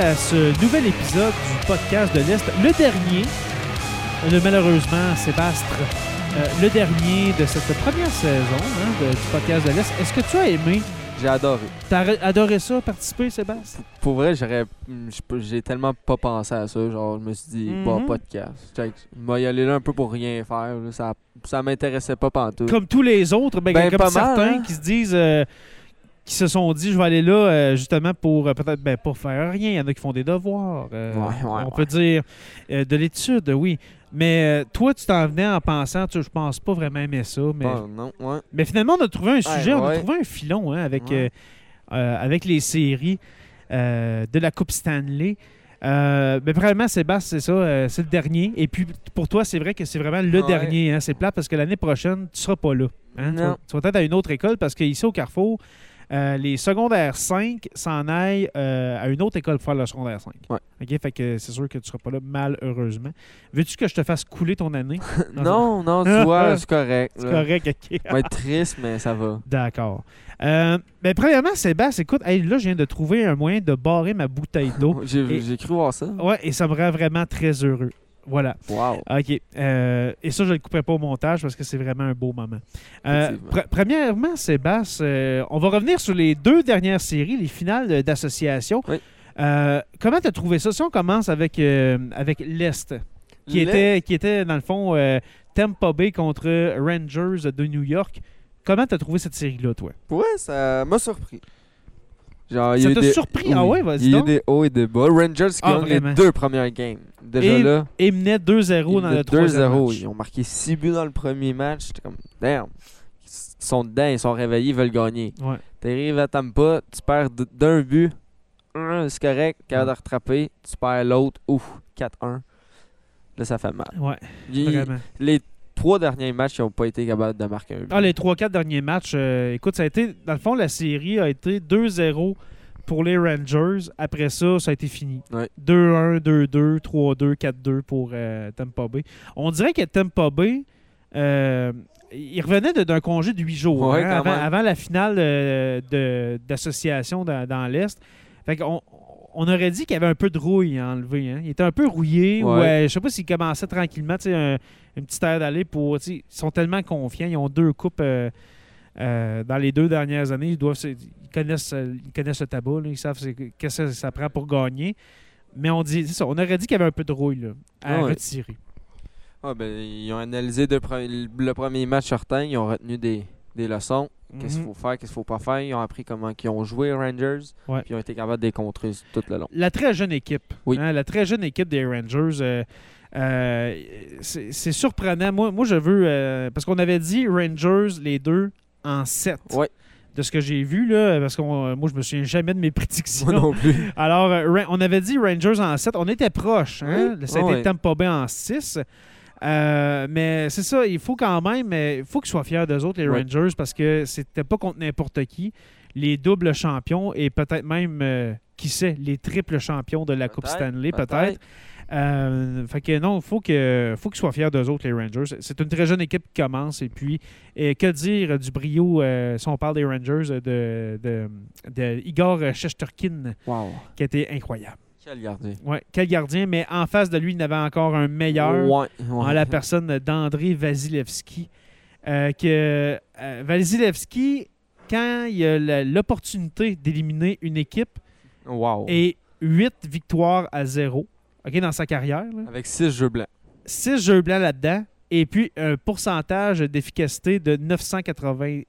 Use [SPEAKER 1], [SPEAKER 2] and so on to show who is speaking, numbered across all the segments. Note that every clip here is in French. [SPEAKER 1] à ce nouvel épisode du podcast de l'Est. Le dernier, le malheureusement, Sébastre, euh, le dernier de cette première saison hein, de- du podcast de l'Est. Est-ce que tu as aimé?
[SPEAKER 2] J'ai adoré.
[SPEAKER 1] T'as re- adoré ça, participer, Sébastien?
[SPEAKER 2] Pour vrai, j'aurais. je peux- J'ai tellement pas pensé à ça. Genre, je me suis dit,
[SPEAKER 1] Mhm.
[SPEAKER 2] bah, podcast. Check. Moi, y aller là un peu pour rien faire. là. Ça, ça m'intéressait pas pantoute.
[SPEAKER 1] Comme tous les autres, ben,
[SPEAKER 2] Ben,
[SPEAKER 1] comme
[SPEAKER 2] pas mal,
[SPEAKER 1] certains
[SPEAKER 2] hein?
[SPEAKER 1] qui se disent... euh, qui se sont dit, je vais aller là euh, justement pour euh, peut-être ben, pour faire rien. Il y en a qui font des devoirs. euh,
[SPEAKER 2] Ouais, ouais,
[SPEAKER 1] on
[SPEAKER 2] ouais.
[SPEAKER 1] peut dire euh, de l'étude, oui. Mais euh, toi, tu t'en venais en pensant, tu, je pense pas vraiment aimer ça, mais
[SPEAKER 2] Ah, non, ouais.
[SPEAKER 1] Mais finalement, on a trouvé un sujet, on a
[SPEAKER 2] ouais.
[SPEAKER 1] trouvé un filon hein, avec,
[SPEAKER 2] Ouais.
[SPEAKER 1] euh, euh, avec les séries euh, de la Coupe Stanley. Euh, mais vraiment, Sébastien, c'est ça, euh, c'est le dernier. Et puis pour toi, c'est vrai que c'est vraiment le
[SPEAKER 2] Ouais.
[SPEAKER 1] dernier. hein. c'est plat parce que l'année prochaine, tu seras pas là. hein. Tu vas-
[SPEAKER 2] Non.
[SPEAKER 1] Tu vas peut-être à une autre école parce qu'ici au Carrefour, euh, les secondaires 5 s'en aillent euh, à une autre école pour faire le secondaire 5.
[SPEAKER 2] Ouais.
[SPEAKER 1] OK? Fait que c'est sûr que tu seras pas là, malheureusement. Veux-tu que je te fasse couler ton année?
[SPEAKER 2] non, non, tu vois, c'est correct.
[SPEAKER 1] C'est
[SPEAKER 2] là.
[SPEAKER 1] correct, OK.
[SPEAKER 2] Je vais être triste, mais ça va.
[SPEAKER 1] D'accord. Euh, ben, premièrement, Sébastien, écoute, hey, là, je viens de trouver un moyen de barrer ma bouteille d'eau. Oh. Et-
[SPEAKER 2] J'ai j'ai cru voir ça.
[SPEAKER 1] Ouais, et ça me rend vraiment très heureux. Voilà.
[SPEAKER 2] Wow.
[SPEAKER 1] OK. Euh, et ça, je ne le couperai pas au montage parce que c'est vraiment un beau moment. Euh,
[SPEAKER 2] Effectivement.
[SPEAKER 1] pre- premièrement, Sébastien, euh, on va revenir sur les deux dernières séries, les finales d'association.
[SPEAKER 2] Oui.
[SPEAKER 1] Euh, comment tu as trouvé ça? Si on commence avec, euh, avec l'Est, qui,
[SPEAKER 2] Le-
[SPEAKER 1] était, qui était, dans le fond, euh, Tampa Bay contre Rangers de New York. Comment tu as trouvé cette série-là, toi?
[SPEAKER 2] Ouais, ça m'a surpris. Genre, il y a
[SPEAKER 1] Ça
[SPEAKER 2] eu
[SPEAKER 1] t'a
[SPEAKER 2] des-
[SPEAKER 1] surpris?
[SPEAKER 2] Oui.
[SPEAKER 1] Ah ouais, vas-y
[SPEAKER 2] Il y a eu
[SPEAKER 1] donc.
[SPEAKER 2] des hauts et des bas. Rangers qui
[SPEAKER 1] Ah,
[SPEAKER 2] ont les
[SPEAKER 1] vraiment.
[SPEAKER 2] deux premières games. Déjà
[SPEAKER 1] Et-
[SPEAKER 2] là,
[SPEAKER 1] Et menait 2-0 dans
[SPEAKER 2] ils
[SPEAKER 1] le
[SPEAKER 2] étaient 2-0.
[SPEAKER 1] 3-0.
[SPEAKER 2] Ils ont marqué 6 buts dans le premier match. J'étais comme, damn. Ils sont dedans, ils sont réveillés, ils veulent gagner.
[SPEAKER 1] Ouais.
[SPEAKER 2] T'arrives à Tampa, tu perds d- d'un but. Un, C'est correct, capable de rattraper. Tu perds l'autre. Ouf, 4-1. Là, ça fait mal.
[SPEAKER 1] Ouais,
[SPEAKER 2] Ils-
[SPEAKER 1] vraiment.
[SPEAKER 2] les trois derniers matchs, ils n'ont pas été capables de marquer un but.
[SPEAKER 1] Ah, les 3-4 derniers matchs, euh, écoute, ça a été. Dans le fond, la série a été 2-0 pour les Rangers. Après ça, ça a été fini.
[SPEAKER 2] Ouais.
[SPEAKER 1] 2-1, 2-2, 3-2, 4-2 pour euh, Tampa Bay. On dirait que Tampa Bay. euh, il revenait de- d'un congé de 8 jours
[SPEAKER 2] Ouais,
[SPEAKER 1] hein,
[SPEAKER 2] quand
[SPEAKER 1] avant,
[SPEAKER 2] même.
[SPEAKER 1] avant la finale euh, de- d'association dans, dans l'Est. Fait qu'on on aurait dit qu'il y avait un peu de rouille à enlever. hein. Il était un peu rouillé.
[SPEAKER 2] Ouais.
[SPEAKER 1] Ou, euh, je sais pas s'il commençait tranquillement, tu sais, un- une petite aire d'aller pour. tu sais, Ils sont tellement confiants. Ils ont deux coupes euh, euh, dans les deux dernières années. Ils, doivent, se- ils, connaissent, euh, ils connaissent le tabac. là. Ils savent c'est- qu'est-ce que ça prend pour gagner. Mais on dit, c'est ça, on aurait dit qu'il y avait un peu de rouille là, à
[SPEAKER 2] Ouais.
[SPEAKER 1] retirer.
[SPEAKER 2] Ah, ben, ils ont analysé deux pre- le premier match certain, ils ont retenu des, des leçons. Qu'est-ce qu'il
[SPEAKER 1] Mhm.
[SPEAKER 2] faut faire, qu'est-ce qu'il faut pas faire. Ils ont appris comment ils ont joué aux Rangers.
[SPEAKER 1] Ouais.
[SPEAKER 2] Puis ils ont été capables de les contrer tout le long.
[SPEAKER 1] La très jeune équipe.
[SPEAKER 2] Oui.
[SPEAKER 1] hein, la très jeune équipe des Rangers. euh, euh, c'est c'est surprenant. Moi, moi, je veux. euh, parce qu'on avait dit Rangers, les deux, en 7.
[SPEAKER 2] Ouais.
[SPEAKER 1] De ce que j'ai vu, là, parce que moi, je me souviens jamais de mes prédictions.
[SPEAKER 2] Moi non plus.
[SPEAKER 1] Alors, euh, Ra- on avait dit Rangers en 7. On était proche. Hein?
[SPEAKER 2] Oui.
[SPEAKER 1] Ça a été
[SPEAKER 2] Ah ouais.
[SPEAKER 1] Tampa Bay en 6. Euh, mais c'est ça, il faut quand même, euh, il faut qu'ils soient fiers d'eux autres, les
[SPEAKER 2] Oui.
[SPEAKER 1] Rangers, parce que c'était pas contre n'importe qui. Les doubles champions et peut-être même, euh, qui sait, les triples champions de la Coupe
[SPEAKER 2] Peut-être,
[SPEAKER 1] Stanley, peut-être.
[SPEAKER 2] peut-être.
[SPEAKER 1] Euh, fait que non, il faut que, faut qu'ils soient fiers d'eux autres, les Rangers. C'est- C'est une très jeune équipe qui commence. Et puis, et que dire du brio, euh, si on parle des Rangers, euh, de, de, de Igor Shesterkin
[SPEAKER 2] Wow.
[SPEAKER 1] qui était incroyable.
[SPEAKER 2] Quel gardien.
[SPEAKER 1] Ouais, quel gardien, mais en face de lui, il n'avait encore un meilleur
[SPEAKER 2] Ouais,
[SPEAKER 1] en
[SPEAKER 2] ouais.
[SPEAKER 1] la personne d'André Vasilevski. Euh, que euh, Vasilevski, quand il a la- l'opportunité d'éliminer une équipe,
[SPEAKER 2] Wow.
[SPEAKER 1] et 8 victoires à 0 ok, dans sa carrière, là.
[SPEAKER 2] Avec 6 jeux blancs.
[SPEAKER 1] 6 jeux blancs là-dedans, et puis un pourcentage d'efficacité de 991.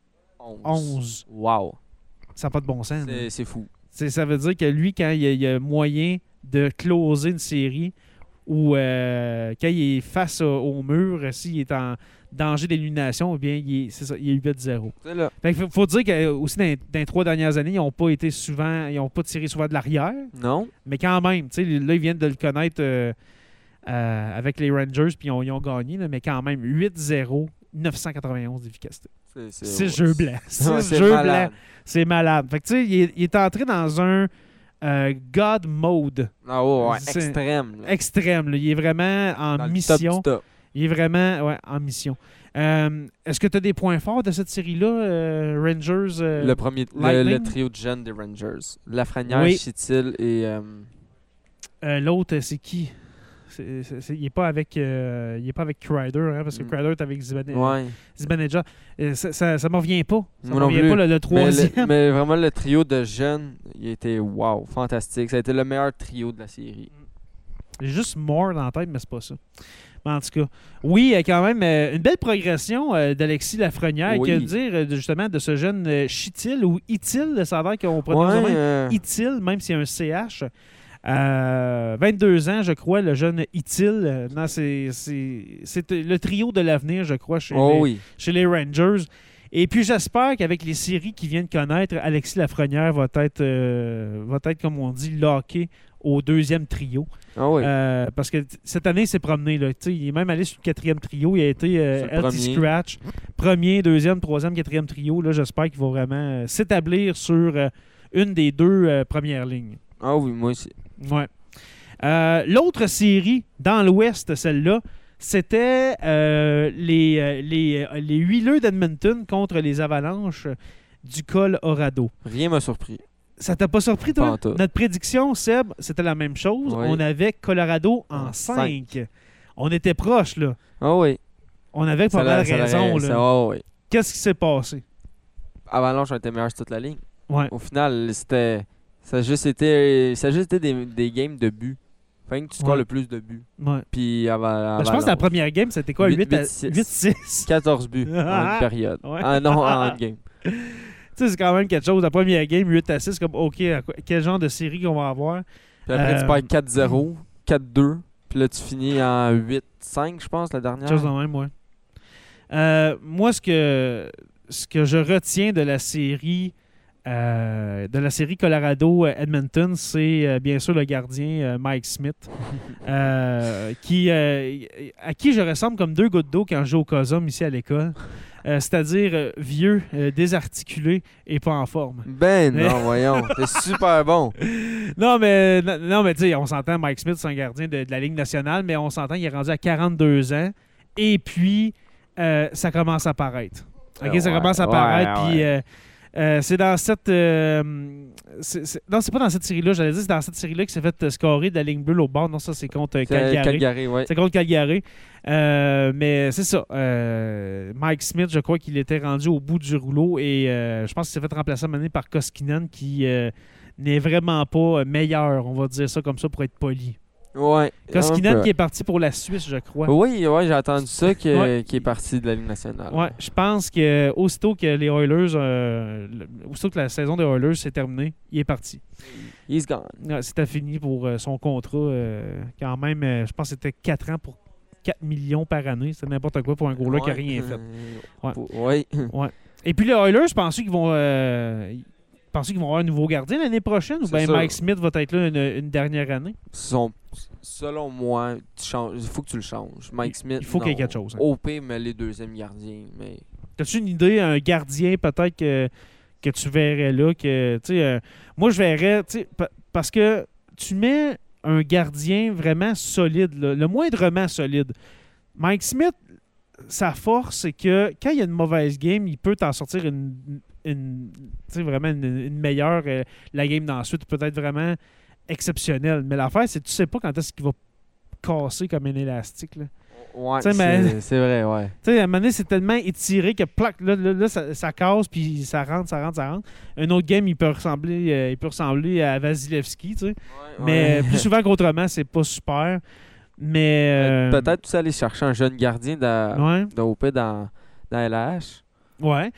[SPEAKER 2] 11. Wow.
[SPEAKER 1] Ça n'a pas de bon sens. là.
[SPEAKER 2] C'est c'est fou.
[SPEAKER 1] C'est- ça veut dire que lui, quand il y a, il y a moyen de closer une série ou euh, quand il est face au, au mur, euh, s'il est en danger d'élimination, eh bien, il est, c'est ça, il est 8-0.
[SPEAKER 2] Tu sais, là,
[SPEAKER 1] Fait que faut, faut dire que euh, aussi dans, les- dans les trois dernières années, ils n'ont pas été souvent, ils n'ont pas tiré souvent de l'arrière,
[SPEAKER 2] non?
[SPEAKER 1] mais quand même, tu sais, là, ils viennent de le connaître euh, euh, avec les Rangers, puis ils ont, ils ont gagné, là, mais quand même, 8-0, 991 d'efficacité.
[SPEAKER 2] C'est c'est- ouais.
[SPEAKER 1] 6 jeux blancs. 6
[SPEAKER 2] Ouais, c'est
[SPEAKER 1] jeux blancs.
[SPEAKER 2] malade.
[SPEAKER 1] C'est malade. Fait que tu sais, il, est- il est entré dans un euh, God mode
[SPEAKER 2] Ah ouais, ouais,
[SPEAKER 1] C'est-
[SPEAKER 2] extrême. là.
[SPEAKER 1] extrême. là. Il est vraiment en
[SPEAKER 2] Dans le top du
[SPEAKER 1] mission.
[SPEAKER 2] top.
[SPEAKER 1] Il est vraiment ouais, en mission. Euh, Est-ce que tu as des points forts de cette série-là, euh, Rangers? euh,
[SPEAKER 2] Le premier, le,
[SPEAKER 1] Lightning?
[SPEAKER 2] le trio de jeunes des Rangers. Lafrenière,
[SPEAKER 1] Oui.
[SPEAKER 2] Chitil et... euh,
[SPEAKER 1] Euh, L'autre, c'est qui C'est- c'est- c'est- Il n'est pas avec euh, il est pas avec Crider, hein, parce que
[SPEAKER 2] Mm.
[SPEAKER 1] Crider est avec Zibanejad.
[SPEAKER 2] Ouais.
[SPEAKER 1] ça ça, ça m'en revient pas. Ça
[SPEAKER 2] Moi
[SPEAKER 1] m'en
[SPEAKER 2] non
[SPEAKER 1] revient
[SPEAKER 2] plus.
[SPEAKER 1] pas le, le
[SPEAKER 2] Mais, le-
[SPEAKER 1] troisième.
[SPEAKER 2] mais vraiment, le trio de jeunes, il était wow, fantastique. Ça a été le meilleur trio de la série.
[SPEAKER 1] J'ai juste Moore dans la tête, mais c'est pas ça. Mais en tout cas, oui, euh, quand même, euh, une belle progression euh, d'Alexis Lafrenière.
[SPEAKER 2] Oui.
[SPEAKER 1] Que dire euh, de- justement de ce jeune euh, Chitil ou Itil, ça a l'air qu'on prononce
[SPEAKER 2] Ouais,
[SPEAKER 1] au même.
[SPEAKER 2] euh,
[SPEAKER 1] Itil, même s'il y a un CH. Euh, 22 ans, je crois, le jeune Itil. Euh, Non, c'est c'est- c'est euh, le trio de l'avenir, je crois, chez,
[SPEAKER 2] oh
[SPEAKER 1] les,
[SPEAKER 2] oui.
[SPEAKER 1] chez les Rangers. Et puis j'espère qu'avec les séries qu'il vient de connaître, Alexis Lafrenière va être, euh, va être comme on dit, locké au deuxième trio.
[SPEAKER 2] Ah oui.
[SPEAKER 1] Euh, parce que t- cette année, il s'est promené. Là. Tu sais, Il est même allé sur le quatrième trio. Il a été euh,
[SPEAKER 2] Sur le
[SPEAKER 1] LT
[SPEAKER 2] premier.
[SPEAKER 1] Scratch. Premier, deuxième, troisième, quatrième trio. Là, j'espère qu'il va vraiment euh, s'établir sur euh, une des deux euh, premières lignes.
[SPEAKER 2] Ah oui, moi aussi.
[SPEAKER 1] Ouais. Euh, L'autre série, dans l'Ouest, celle-là, c'était euh, les, euh, les, euh, les huileux d'Edmonton contre les avalanches du col Orado.
[SPEAKER 2] Rien m'a surpris.
[SPEAKER 1] Ça t'a pas surpris,
[SPEAKER 2] Pas
[SPEAKER 1] toi?
[SPEAKER 2] en tout.
[SPEAKER 1] Notre prédiction, Seb, c'était la même chose.
[SPEAKER 2] Oui.
[SPEAKER 1] On avait Colorado en
[SPEAKER 2] En
[SPEAKER 1] 5. On était proche, là.
[SPEAKER 2] Ah oui.
[SPEAKER 1] On avait pas
[SPEAKER 2] Ça
[SPEAKER 1] mal
[SPEAKER 2] l'a- ça l'a-
[SPEAKER 1] raison,
[SPEAKER 2] ça-
[SPEAKER 1] là.
[SPEAKER 2] ah oui.
[SPEAKER 1] Qu'est-ce qui s'est passé?
[SPEAKER 2] Avalanche a été meilleur sur toute la ligne.
[SPEAKER 1] Ouais.
[SPEAKER 2] Au final, c'était. Ça a juste été, ça a juste été des, des games de buts. Enfin, que tu scores
[SPEAKER 1] Ouais.
[SPEAKER 2] le plus de buts.
[SPEAKER 1] ouais.
[SPEAKER 2] Puis Ava-
[SPEAKER 1] Ben, je pense que la
[SPEAKER 2] Avalanche,
[SPEAKER 1] première game, c'était quoi?
[SPEAKER 2] Ah, bah Huit-
[SPEAKER 1] 8 à
[SPEAKER 2] huit, six.
[SPEAKER 1] 8-6.
[SPEAKER 2] 14 buts en une période.
[SPEAKER 1] Ouais.
[SPEAKER 2] Ah non, en une game.
[SPEAKER 1] tu sais, c'est quand même quelque chose. La première game, 8 à 6, comme, OK, à quoi- quel genre de série qu'on va avoir?
[SPEAKER 2] Puis après,
[SPEAKER 1] Euh,
[SPEAKER 2] tu perds 4-0, 4-2. Puis là, tu finis en 8-5, je pense, la dernière.
[SPEAKER 1] Quelque chose de même, ouais. Euh, moi, ce que, ce que je retiens de la série euh, de la série Colorado euh, Edmonton, c'est euh, bien sûr le gardien euh, Mike Smith, euh, qui, euh, à qui je ressemble comme deux gouttes d'eau quand je joue au Cosum ici à l'école. Euh, C'est-à-dire euh, vieux, euh, désarticulé et pas en forme.
[SPEAKER 2] Ben
[SPEAKER 1] Mais-
[SPEAKER 2] non, voyons. C'est super bon.
[SPEAKER 1] Non, mais, non, non, mais tu sais, on s'entend, Mike Smith, c'est un gardien de, de la Ligue nationale, mais on s'entend qu'il est rendu à 42 ans. Et puis, euh, ça commence à paraître. OK,
[SPEAKER 2] Euh,
[SPEAKER 1] ça
[SPEAKER 2] ouais,
[SPEAKER 1] commence à
[SPEAKER 2] ouais,
[SPEAKER 1] paraître.
[SPEAKER 2] ouais.
[SPEAKER 1] Puis, euh, euh, c'est dans cette. euh, c'est- c'est- non, c'est pas dans cette série-là, j'allais dire, c'est dans cette série-là qu'il s'est fait euh, scorer de la ligne bleue au bord. Non, ça, c'est contre euh,
[SPEAKER 2] C'est, euh,
[SPEAKER 1] Calgary.
[SPEAKER 2] Calgary, ouais.
[SPEAKER 1] C'est contre Calgary. Euh, mais c'est ça. Euh, Mike Smith, je crois qu'il était rendu au bout du rouleau et euh, je pense qu'il s'est fait remplacer à un moment donné par Koskinen qui euh, n'est vraiment pas euh, meilleur, on va dire ça comme ça pour être poli.
[SPEAKER 2] Ouais. Un
[SPEAKER 1] Koskinen
[SPEAKER 2] peu. Oh.
[SPEAKER 1] qui est parti pour la Suisse, je crois.
[SPEAKER 2] Oui, ouais, j'ai entendu ça qui
[SPEAKER 1] Ouais.
[SPEAKER 2] est parti de la Ligue nationale.
[SPEAKER 1] Ouais, je pense que aussitôt que les Oilers, euh, le- aussitôt que la saison des Oilers s'est terminée, il est parti.
[SPEAKER 2] He's gone.
[SPEAKER 1] Ouais, C'était fini pour euh, son contrat. euh, quand même, euh, je pense que c'était 4 ans pour 4 millions par année. C'était n'importe quoi pour un gros-là qui n'a rien fait. Ouais.
[SPEAKER 2] Ouais. Oui.
[SPEAKER 1] Et puis les Oilers, penses qu'ils vont, euh, penses qu'ils vont avoir un nouveau gardien l'année prochaine ou
[SPEAKER 2] C'est
[SPEAKER 1] bien
[SPEAKER 2] sûr.
[SPEAKER 1] Mike Smith va être là une, une dernière année?
[SPEAKER 2] Son- selon moi, tu changes- il faut que tu le changes. Mike Smith.
[SPEAKER 1] il faut qu'il y ait
[SPEAKER 2] non.
[SPEAKER 1] quelque chose, hein.
[SPEAKER 2] OP, mais les deuxièmes gardiens. Mais...
[SPEAKER 1] T'as-tu une idée, un gardien peut-être que, que tu verrais là? que tu sais, euh, Moi, je verrais, tu sais, pa- parce que tu mets un gardien vraiment solide, là, le moindrement solide. Mike Smith, sa force, c'est que quand il y a une mauvaise game, il peut t'en sortir une, une- tu sais, vraiment une, une meilleure. euh, la game d'ensuite peut être vraiment exceptionnelle. Mais l'affaire, c'est que tu sais pas quand est-ce qu'il va casser comme un élastique. là.
[SPEAKER 2] Ouais,
[SPEAKER 1] Tu sais,
[SPEAKER 2] c'est,
[SPEAKER 1] mais-
[SPEAKER 2] c'est vrai, ouais.
[SPEAKER 1] Tu sais, à un moment donné, c'est tellement étiré que plac, là, là, là, ça, ça casse, puis ça rentre, ça rentre, ça rentre. Un autre game, il peut ressembler, euh, il peut ressembler à Vasilevski, tu sais. Mais euh, plus souvent qu'autrement, c'est pas super. Mais. euh,
[SPEAKER 2] Peut-être tu sais aller chercher un jeune gardien de,
[SPEAKER 1] Ouais.
[SPEAKER 2] de OP dans, dans LH.
[SPEAKER 1] Ouais.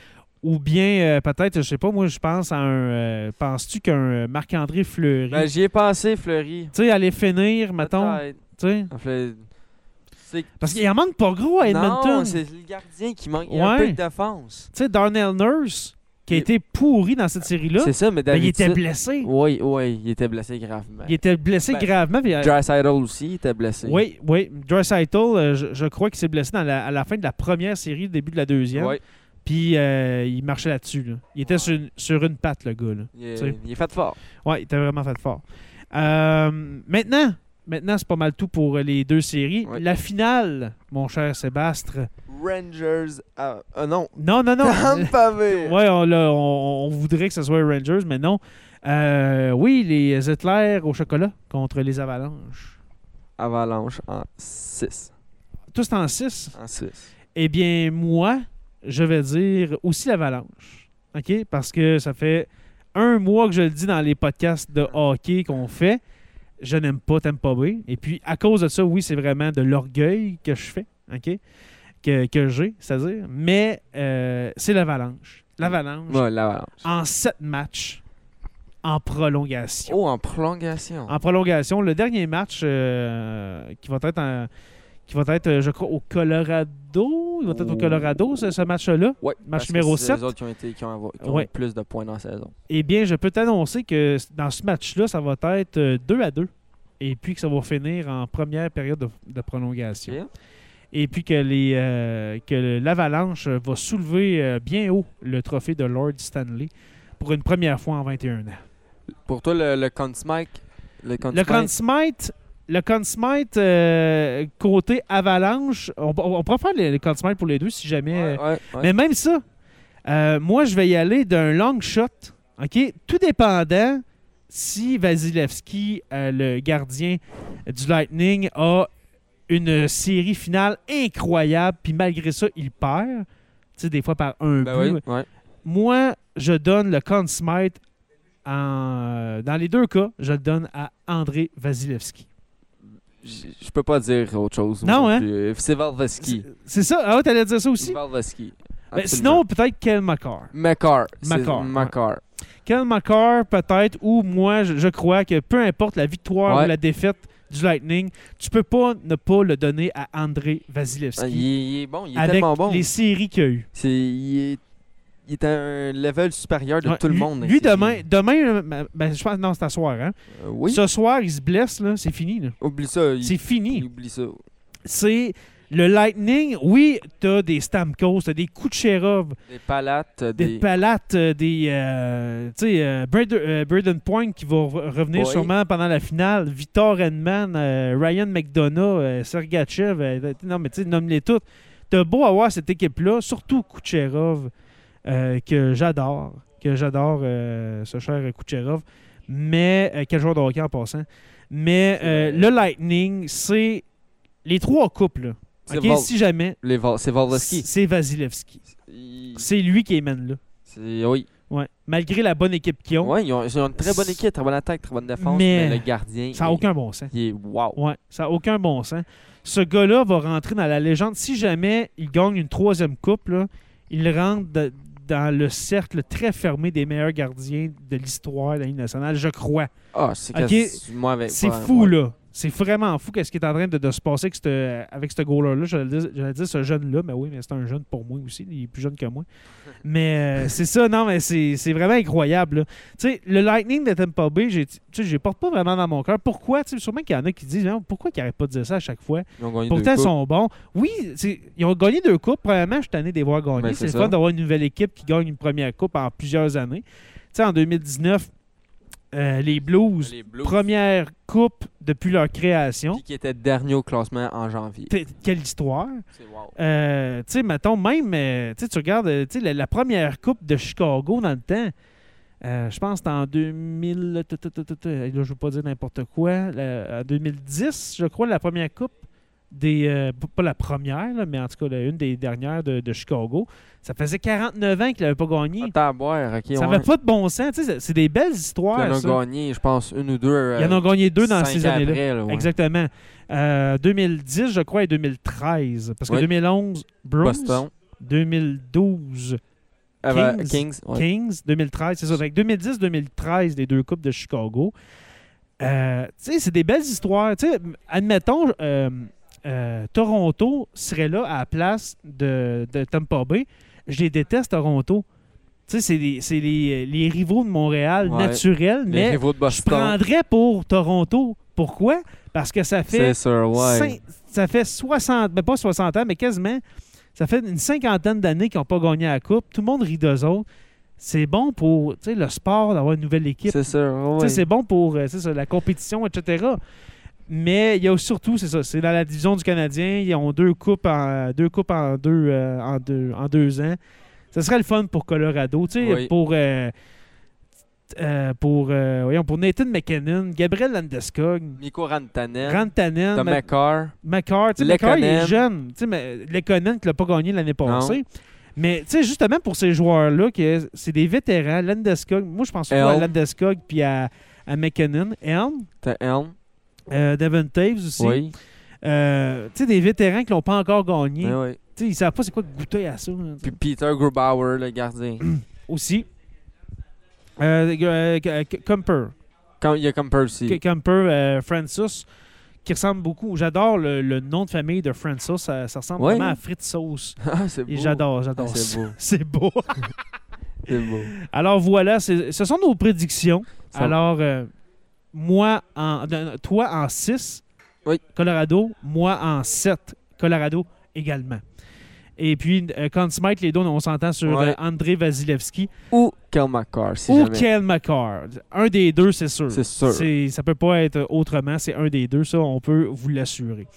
[SPEAKER 1] Ou bien, euh, peut-être, je sais pas, moi, je pense à un. euh, Penses-tu qu'un euh, Marc-André Fleury.
[SPEAKER 2] Ben,
[SPEAKER 1] tu
[SPEAKER 2] j'y ai pensé, Fleury.
[SPEAKER 1] sais, aller finir, mettons.
[SPEAKER 2] Peut-être.
[SPEAKER 1] tu sais.
[SPEAKER 2] Fleu- C'est...
[SPEAKER 1] Parce qu'il en manque pas gros à Edmonton.
[SPEAKER 2] Non,
[SPEAKER 1] Tu
[SPEAKER 2] c'est le gardien qui manque il y a un
[SPEAKER 1] Ouais.
[SPEAKER 2] peu de défense.
[SPEAKER 1] sais, Darnell Nurse, qui a
[SPEAKER 2] Il-
[SPEAKER 1] été pourri dans cette série-là,
[SPEAKER 2] C'est ça, mais
[SPEAKER 1] ben, il était
[SPEAKER 2] d'habitude-
[SPEAKER 1] blessé.
[SPEAKER 2] Oui, oui, il était blessé gravement.
[SPEAKER 1] Il était blessé
[SPEAKER 2] Ben,
[SPEAKER 1] gravement. puis, euh,
[SPEAKER 2] Drysdale aussi, il était blessé.
[SPEAKER 1] Oui, oui. Drysaitel, euh, je, je crois qu'il s'est blessé dans la- à la fin de la première série, début de la deuxième.
[SPEAKER 2] Ouais.
[SPEAKER 1] Puis euh, il marchait là-dessus. là. Il était
[SPEAKER 2] Ouais.
[SPEAKER 1] sur, une, sur une patte, le gars. là.
[SPEAKER 2] Il, est,
[SPEAKER 1] Tu sais.
[SPEAKER 2] il est fait fort.
[SPEAKER 1] Ouais, il était vraiment fait fort. Euh, maintenant, Maintenant, c'est pas mal tout pour euh, les deux séries.
[SPEAKER 2] Oui.
[SPEAKER 1] La finale, mon cher Sébastre.
[SPEAKER 2] Rangers. Ah, ah non.
[SPEAKER 1] Non, non, non.
[SPEAKER 2] Tampa Bay.
[SPEAKER 1] ouais, on, l'a- on- on voudrait que ce soit les Rangers, mais non. Euh, oui, les éclairs au chocolat contre les avalanches.
[SPEAKER 2] Avalanche en 6.
[SPEAKER 1] Tous en 6.
[SPEAKER 2] En 6.
[SPEAKER 1] Eh bien, moi, je vais dire aussi l'avalanche. OK? Parce que ça fait un mois que je le dis dans les podcasts de hockey qu'on fait. Je n'aime pas Tampa Bay. Et puis, à cause de ça, oui, c'est vraiment de l'orgueil que je fais, OK? Que, que j'ai, c'est-à-dire. Mais euh, c'est l'avalanche. L'avalanche,
[SPEAKER 2] Ouais, l'avalanche.
[SPEAKER 1] en sept matchs, en prolongation.
[SPEAKER 2] Oh, en prolongation.
[SPEAKER 1] En prolongation, le dernier match euh, qui va être en- qui va être, euh, je crois, au Colorado. Il va être au
[SPEAKER 2] Oh.
[SPEAKER 1] Colorado, ce, ce match-là.
[SPEAKER 2] Ouais,
[SPEAKER 1] Match
[SPEAKER 2] parce que
[SPEAKER 1] numéro
[SPEAKER 2] c'est
[SPEAKER 1] sept.
[SPEAKER 2] les autres qui ont, été, qui ont, avoir- qui ont
[SPEAKER 1] Ouais.
[SPEAKER 2] eu plus de points dans la saison.
[SPEAKER 1] Eh bien, je peux t'annoncer que c- dans ce match-là, ça va être 2 à 2. Et puis que ça va finir en première période de, de prolongation.
[SPEAKER 2] Ok.
[SPEAKER 1] Et puis que les euh, que le- l'Avalanche va soulever euh, bien haut le trophée de Lord Stanley pour une première fois en 21 ans.
[SPEAKER 2] Pour toi, le, le Conn Smythe, le Conn
[SPEAKER 1] Le
[SPEAKER 2] Smythe,
[SPEAKER 1] Conn Smythe, le Conn Smythe, euh, côté avalanche, on, on- on pourra faire le, le Conn Smythe pour les deux si jamais.
[SPEAKER 2] ouais, ouais, ouais.
[SPEAKER 1] Mais même ça, euh, moi je vais y aller d'un long shot, ok, tout dépendant si Vasilevski, euh, le gardien du Lightning, a une série finale incroyable, puis malgré ça il perd, tu sais des fois par un
[SPEAKER 2] Ben
[SPEAKER 1] but.
[SPEAKER 2] oui, ouais.
[SPEAKER 1] Moi, je donne le Conn Smythe en- euh, dans les deux cas, je le donne à André Vasilevski.
[SPEAKER 2] J- Je peux pas dire autre chose.
[SPEAKER 1] Non, hein?
[SPEAKER 2] aujourd'hui. C'est Valveski.
[SPEAKER 1] C'est ça? Ah ouais, t'allais dire ça aussi?
[SPEAKER 2] Valveski.
[SPEAKER 1] Ben, sinon, peut-être Kel Makar.
[SPEAKER 2] Makar. c'est
[SPEAKER 1] Makar, ouais.
[SPEAKER 2] Makar.
[SPEAKER 1] Kel Makar, peut-être, ou moi, je, je crois que peu importe la victoire
[SPEAKER 2] Ouais.
[SPEAKER 1] ou la défaite du Lightning, tu peux pas ne pas le donner à André
[SPEAKER 2] Ah, Il,
[SPEAKER 1] Vasilevski.
[SPEAKER 2] est- il est bon, il est
[SPEAKER 1] avec
[SPEAKER 2] tellement bon.
[SPEAKER 1] les séries qu'il y a eu.
[SPEAKER 2] C'est, il, est, il est à un level supérieur de
[SPEAKER 1] Ouais,
[SPEAKER 2] tout le
[SPEAKER 1] lui-
[SPEAKER 2] monde. hein,
[SPEAKER 1] Lui,
[SPEAKER 2] C'est-
[SPEAKER 1] demain, demain euh, ben, ben, je pense, non, c'est à soir. Hein?
[SPEAKER 2] Euh, oui,
[SPEAKER 1] Ce soir, il se blesse, là, c'est fini. là.
[SPEAKER 2] oublie ça. il-
[SPEAKER 1] C'est fini.
[SPEAKER 2] il oublie ça.
[SPEAKER 1] c'est le Lightning. Oui, t'as des Stamkos, t'as des Kucherov,
[SPEAKER 2] Des palates, euh,
[SPEAKER 1] des,
[SPEAKER 2] des...
[SPEAKER 1] Palates, euh, des euh, tu sais euh, Braden, euh, Braden Point qui va re- revenir
[SPEAKER 2] Oui.
[SPEAKER 1] sûrement pendant la finale, Victor Henman, euh, Ryan McDonough, euh, Sergachev, euh, non mais tu sais nomme-les toutes. T'as beau avoir cette équipe là, surtout Kucherov euh, que j'adore, que j'adore euh, ce cher Kucherov, mais euh, quel joueur de hockey en passant. Mais euh, le Lightning, c'est les trois couples. là.
[SPEAKER 2] C'est
[SPEAKER 1] Ok,
[SPEAKER 2] Vol-
[SPEAKER 1] si jamais,
[SPEAKER 2] les Vol- c'est Volvoski.
[SPEAKER 1] c'est Vasilevski. C'est lui qui mène là.
[SPEAKER 2] Oui.
[SPEAKER 1] Ouais. Malgré la bonne équipe qu'ils ont,
[SPEAKER 2] Ouais, ils, ont, ils ont une très bonne équipe, très bonne attaque, très bonne défense.
[SPEAKER 1] Mais-
[SPEAKER 2] Mais, le gardien,
[SPEAKER 1] ça n'a
[SPEAKER 2] il-
[SPEAKER 1] aucun bon sens.
[SPEAKER 2] il est wow.
[SPEAKER 1] Ouais, ça n'a aucun bon sens. Ce gars-là va rentrer dans la légende. Si jamais il gagne une troisième coupe, là, il rentre de- dans le cercle très fermé des meilleurs gardiens de l'histoire de la Ligue nationale, je crois.
[SPEAKER 2] Ah, c'est
[SPEAKER 1] Ok,
[SPEAKER 2] que- moi avec-
[SPEAKER 1] C'est
[SPEAKER 2] ouais,
[SPEAKER 1] fou,
[SPEAKER 2] ouais.
[SPEAKER 1] là. C'est vraiment fou qu'est-ce qui est en train de, de se passer avec ce, avec ce goaler-là. Je le dis- je le dis, ce jeune-là, mais oui, mais c'est un jeune pour moi aussi. Il est plus jeune que moi. Mais euh, c'est ça, non, mais c'est c'est vraiment incroyable. là. Tu sais, le Lightning de Tampa Bay, j'ai- tu sais, je les porte pas vraiment dans mon cœur. Pourquoi? Tu sais, sûrement qu'il y en a qui disent, Non, pourquoi qu'ils n'arrêtent pas de dire ça à chaque fois?
[SPEAKER 2] Ils ont gagné deux
[SPEAKER 1] Pourtant, ils
[SPEAKER 2] coupes.
[SPEAKER 1] sont bons. Oui, c'est- ils ont gagné deux coupes. Premièrement, je suis tanné de les voir gagner.
[SPEAKER 2] Ben,
[SPEAKER 1] c'est
[SPEAKER 2] c'est
[SPEAKER 1] le
[SPEAKER 2] ça.
[SPEAKER 1] fun d'avoir une nouvelle équipe qui gagne une première coupe en plusieurs années. Tu sais, en 2019, euh, les Blues,
[SPEAKER 2] Les Blues,
[SPEAKER 1] première coupe depuis leur création.
[SPEAKER 2] puis qui était dernier au classement en janvier.
[SPEAKER 1] T'es- Quelle histoire.
[SPEAKER 2] C'est wow.
[SPEAKER 1] Euh, tu sais, mettons, même, euh, tu sais, tu regardes euh, tu sais, la, la première coupe de Chicago dans le temps. euh, je pense que c'était en 2000. tout, tout, tout, tout, tout, là, je ne veux pas dire n'importe quoi. la- en 2010, je crois, la première coupe des. euh, p- pas la première, là, mais en tout cas, la- une des dernières de, de Chicago. Ça faisait 49 ans qu'il n'avait pas gagné.
[SPEAKER 2] Attends à boire, ok.
[SPEAKER 1] ça
[SPEAKER 2] ouais.
[SPEAKER 1] n'avait pas de bon sens. tu sais, c'est- C'est des belles histoires.
[SPEAKER 2] Ils en ont
[SPEAKER 1] ça.
[SPEAKER 2] gagné, je pense, une ou deux. euh,
[SPEAKER 1] Ils en ont gagné deux dans
[SPEAKER 2] cinq
[SPEAKER 1] ces années-là.
[SPEAKER 2] après, là, ouais.
[SPEAKER 1] Exactement. Euh, 2010, je crois, et 2013. Parce que
[SPEAKER 2] Oui.
[SPEAKER 1] 2011, Bruins.
[SPEAKER 2] Boston.
[SPEAKER 1] 2012,
[SPEAKER 2] Euh, ben,
[SPEAKER 1] Kings.
[SPEAKER 2] Kings. ouais.
[SPEAKER 1] Kings. 2013, c'est ça. Fait que 2010-2013, les deux coupes de Chicago. Euh, tu sais, c'est des belles histoires. Tu sais, admettons, euh, euh, Toronto serait là à la place de, de Tampa Bay. Je les déteste, Toronto. Tu sais, c'est les, c'est les- les rivaux de Montréal
[SPEAKER 2] Ouais.
[SPEAKER 1] naturels,
[SPEAKER 2] Les
[SPEAKER 1] mais
[SPEAKER 2] rivaux de
[SPEAKER 1] je
[SPEAKER 2] Boston.
[SPEAKER 1] prendrais pour Toronto. Pourquoi? Parce que ça fait
[SPEAKER 2] C'est sûr, ouais.
[SPEAKER 1] cin- ça fait 60, ben pas 60 ans, mais quasiment, ça fait une cinquantaine d'années qu'ils n'ont pas gagné la Coupe. Tout le monde rit d'eux autres. C'est bon pour tu sais, le sport d'avoir une nouvelle équipe.
[SPEAKER 2] C'est sûr,
[SPEAKER 1] Tu sais,
[SPEAKER 2] ouais.
[SPEAKER 1] C'est bon pour euh, c'est ça, la compétition, etc. Mais il y a surtout, c'est ça, c'est dans la division du Canadien. Ils ont deux coupes en deux, coupes en deux, euh, en deux, en deux ans. Ce serait le fun pour Colorado, tu sais,
[SPEAKER 2] Oui.
[SPEAKER 1] pour, euh, euh, pour, euh, voyons, pour Nathan McKinnon, Gabriel Landeskog,
[SPEAKER 2] Miko Rantanen,
[SPEAKER 1] Grant Tannen,
[SPEAKER 2] Tom McCarr.
[SPEAKER 1] McCarr, tu sais, McCarr, il est
[SPEAKER 2] Lekkonen.
[SPEAKER 1] jeune. Tu sais, mais Lekkonen qui l'a pas gagné l'année passée. Mais, tu sais, justement, pour ces joueurs-là, que c'est des vétérans, Landeskog, moi, je pense surtout à
[SPEAKER 2] Elm.
[SPEAKER 1] Landeskog puis à, à McKinnon, Elm,
[SPEAKER 2] T'as Elm.
[SPEAKER 1] euh, Devin Taves aussi.
[SPEAKER 2] Oui.
[SPEAKER 1] Euh, tu sais, des vétérans qui l'ont pas encore gagné.
[SPEAKER 2] Ben oui.
[SPEAKER 1] Tu sais, ils savent pas c'est quoi goûter à ça. hein, tu
[SPEAKER 2] Puis
[SPEAKER 1] sais.
[SPEAKER 2] Peter Grubauer, le gardien.
[SPEAKER 1] aussi. Euh, euh, euh, Comper.
[SPEAKER 2] Comme- Il y a comme Percy.
[SPEAKER 1] Comper, euh, Francis, qui ressemble beaucoup. J'adore le, le nom de famille de Francis. Ça, ça ressemble
[SPEAKER 2] Ouais.
[SPEAKER 1] vraiment à frites sauce.
[SPEAKER 2] Ah, c'est
[SPEAKER 1] Et
[SPEAKER 2] beau.
[SPEAKER 1] j'adore,
[SPEAKER 2] Ah,
[SPEAKER 1] j'adore
[SPEAKER 2] C'est
[SPEAKER 1] ça.
[SPEAKER 2] beau.
[SPEAKER 1] C'est beau.
[SPEAKER 2] C'est beau.
[SPEAKER 1] Alors voilà, c'est- ce sont nos prédictions.
[SPEAKER 2] Ça-
[SPEAKER 1] Alors, euh, moi, en, non, non, toi en 6,
[SPEAKER 2] Oui.
[SPEAKER 1] Colorado, moi en 7, Colorado également. Et puis, euh, quand Smite, les deux, on s'entend sur
[SPEAKER 2] Ouais.
[SPEAKER 1] euh, André Vasilevski
[SPEAKER 2] Ou Kel McCarr, si
[SPEAKER 1] ou
[SPEAKER 2] jamais.
[SPEAKER 1] Kel McCard. Un des deux, c'est sûr.
[SPEAKER 2] C'est sûr.
[SPEAKER 1] C'est- Ça peut pas être autrement, c'est un des deux, ça, on peut vous l'assurer.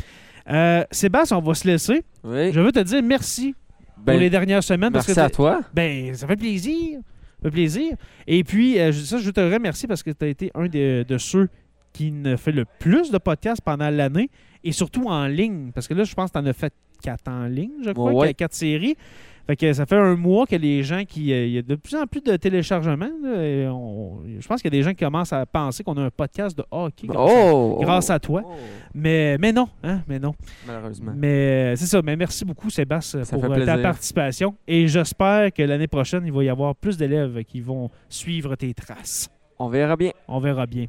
[SPEAKER 1] Euh, Sébastien, on va se laisser.
[SPEAKER 2] Oui.
[SPEAKER 1] Je veux te dire merci
[SPEAKER 2] Ben,
[SPEAKER 1] pour les dernières semaines. parce
[SPEAKER 2] merci
[SPEAKER 1] que
[SPEAKER 2] à toi.
[SPEAKER 1] ben, ça fait plaisir. Ça fait plaisir. Et puis, euh, je- ça, je te remercie parce que tu as été un de, de ceux qui ne fait le plus de podcasts pendant l'année et surtout en ligne. Parce que là, je pense que tu en as fait quatre en ligne, je crois,
[SPEAKER 2] Ouais.
[SPEAKER 1] quatre- quatre séries. Fait que ça fait un mois que les gens qui. euh, Il y a de plus en plus de téléchargements. là, et on- je pense qu'il y a des gens qui commencent à penser qu'on a un podcast de hockey comme ça,
[SPEAKER 2] Oh!
[SPEAKER 1] grâce à toi.
[SPEAKER 2] toi.
[SPEAKER 1] Mais, mais non, hein, mais non.
[SPEAKER 2] Malheureusement.
[SPEAKER 1] Mais euh, c'est ça. Mais merci beaucoup, Sébastien,
[SPEAKER 2] Ça
[SPEAKER 1] pour
[SPEAKER 2] fait
[SPEAKER 1] euh, ta
[SPEAKER 2] plaisir.
[SPEAKER 1] participation. Et j'espère que l'année prochaine, il va y avoir plus d'élèves qui vont suivre tes traces.
[SPEAKER 2] On verra bien.
[SPEAKER 1] On verra bien.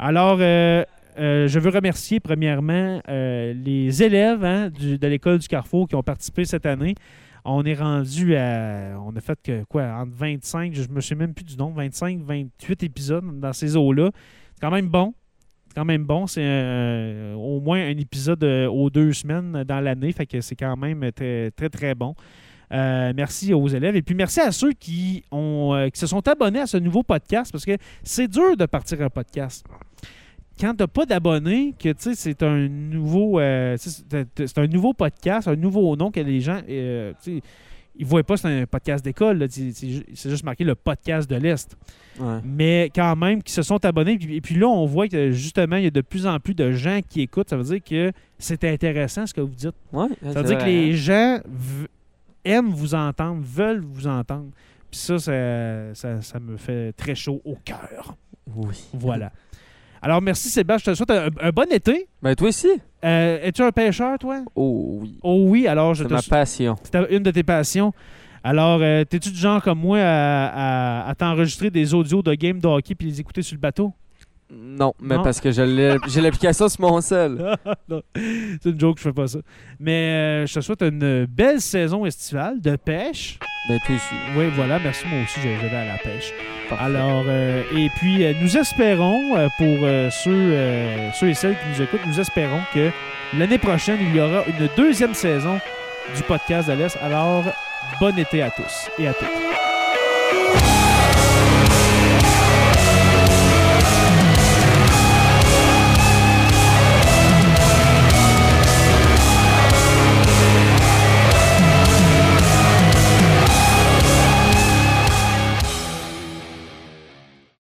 [SPEAKER 1] Alors, euh, euh, je veux remercier premièrement euh, les élèves hein, du- de l'école du Carrefour qui ont participé cette année. On est rendu à. On a fait que quoi, entre 25, je me souviens même plus du nombre, 25, 28 épisodes dans ces eaux-là. C'est quand même bon. C'est quand même bon. C'est euh, au moins un épisode euh, aux deux semaines dans l'année. Fait que c'est quand même très, très, très bon. Euh, merci aux élèves. Et puis merci à ceux qui, ont, euh, qui se sont abonnés à ce nouveau podcast parce que c'est dur de partir un podcast. Quand t'as pas d'abonnés, que tu sais, c'est un nouveau euh, tu sais, c'est- c'est un nouveau podcast, un nouveau nom que les gens euh, tu sais, ils voient pas c'est un podcast d'école, là. c'est c'est ju- c'est juste marqué le podcast de l'Est
[SPEAKER 2] Ouais.
[SPEAKER 1] mais quand même qui se sont abonnés. Puis- Et puis là, on voit que justement, il y a de plus en plus de gens qui écoutent. Ça veut dire que c'est intéressant ce que vous dites.
[SPEAKER 2] Ouais,
[SPEAKER 1] Ça veut dire que
[SPEAKER 2] hein?
[SPEAKER 1] les gens v- aiment vous entendre, veulent vous entendre. Puis ça, ça, ça- ça me fait très chaud au cœur.
[SPEAKER 2] Oui.
[SPEAKER 1] Voilà. Alors, merci Sébastien. Je te souhaite un, un bon été.
[SPEAKER 2] Ben, toi aussi.
[SPEAKER 1] Euh, Es-tu un pêcheur, toi?
[SPEAKER 2] Oh oui.
[SPEAKER 1] Oh oui, alors je
[SPEAKER 2] C'est
[SPEAKER 1] te
[SPEAKER 2] ma
[SPEAKER 1] sou-
[SPEAKER 2] passion.
[SPEAKER 1] c'était une de tes passions. Alors, euh, t'es-tu du genre comme moi à, à- à t'enregistrer des audios de games de hockey puis les écouter sur le bateau?
[SPEAKER 2] Non, mais
[SPEAKER 1] Non.
[SPEAKER 2] parce que je l'ai- j'ai l'application sur mon sel.
[SPEAKER 1] Non, c'est une joke, je fais pas ça. Mais euh, je te souhaite une belle saison estivale de pêche.
[SPEAKER 2] Ben, toi aussi.
[SPEAKER 1] Oui, voilà, merci, moi aussi, j'ai- je vais à la pêche.
[SPEAKER 2] Parfait.
[SPEAKER 1] Alors, euh, et puis, euh, nous espérons, euh, pour euh, ceux, euh, ceux et celles qui nous écoutent, nous espérons que l'année prochaine, il y aura une deuxième saison du podcast de l'Est. Alors, bon été à tous et à toutes.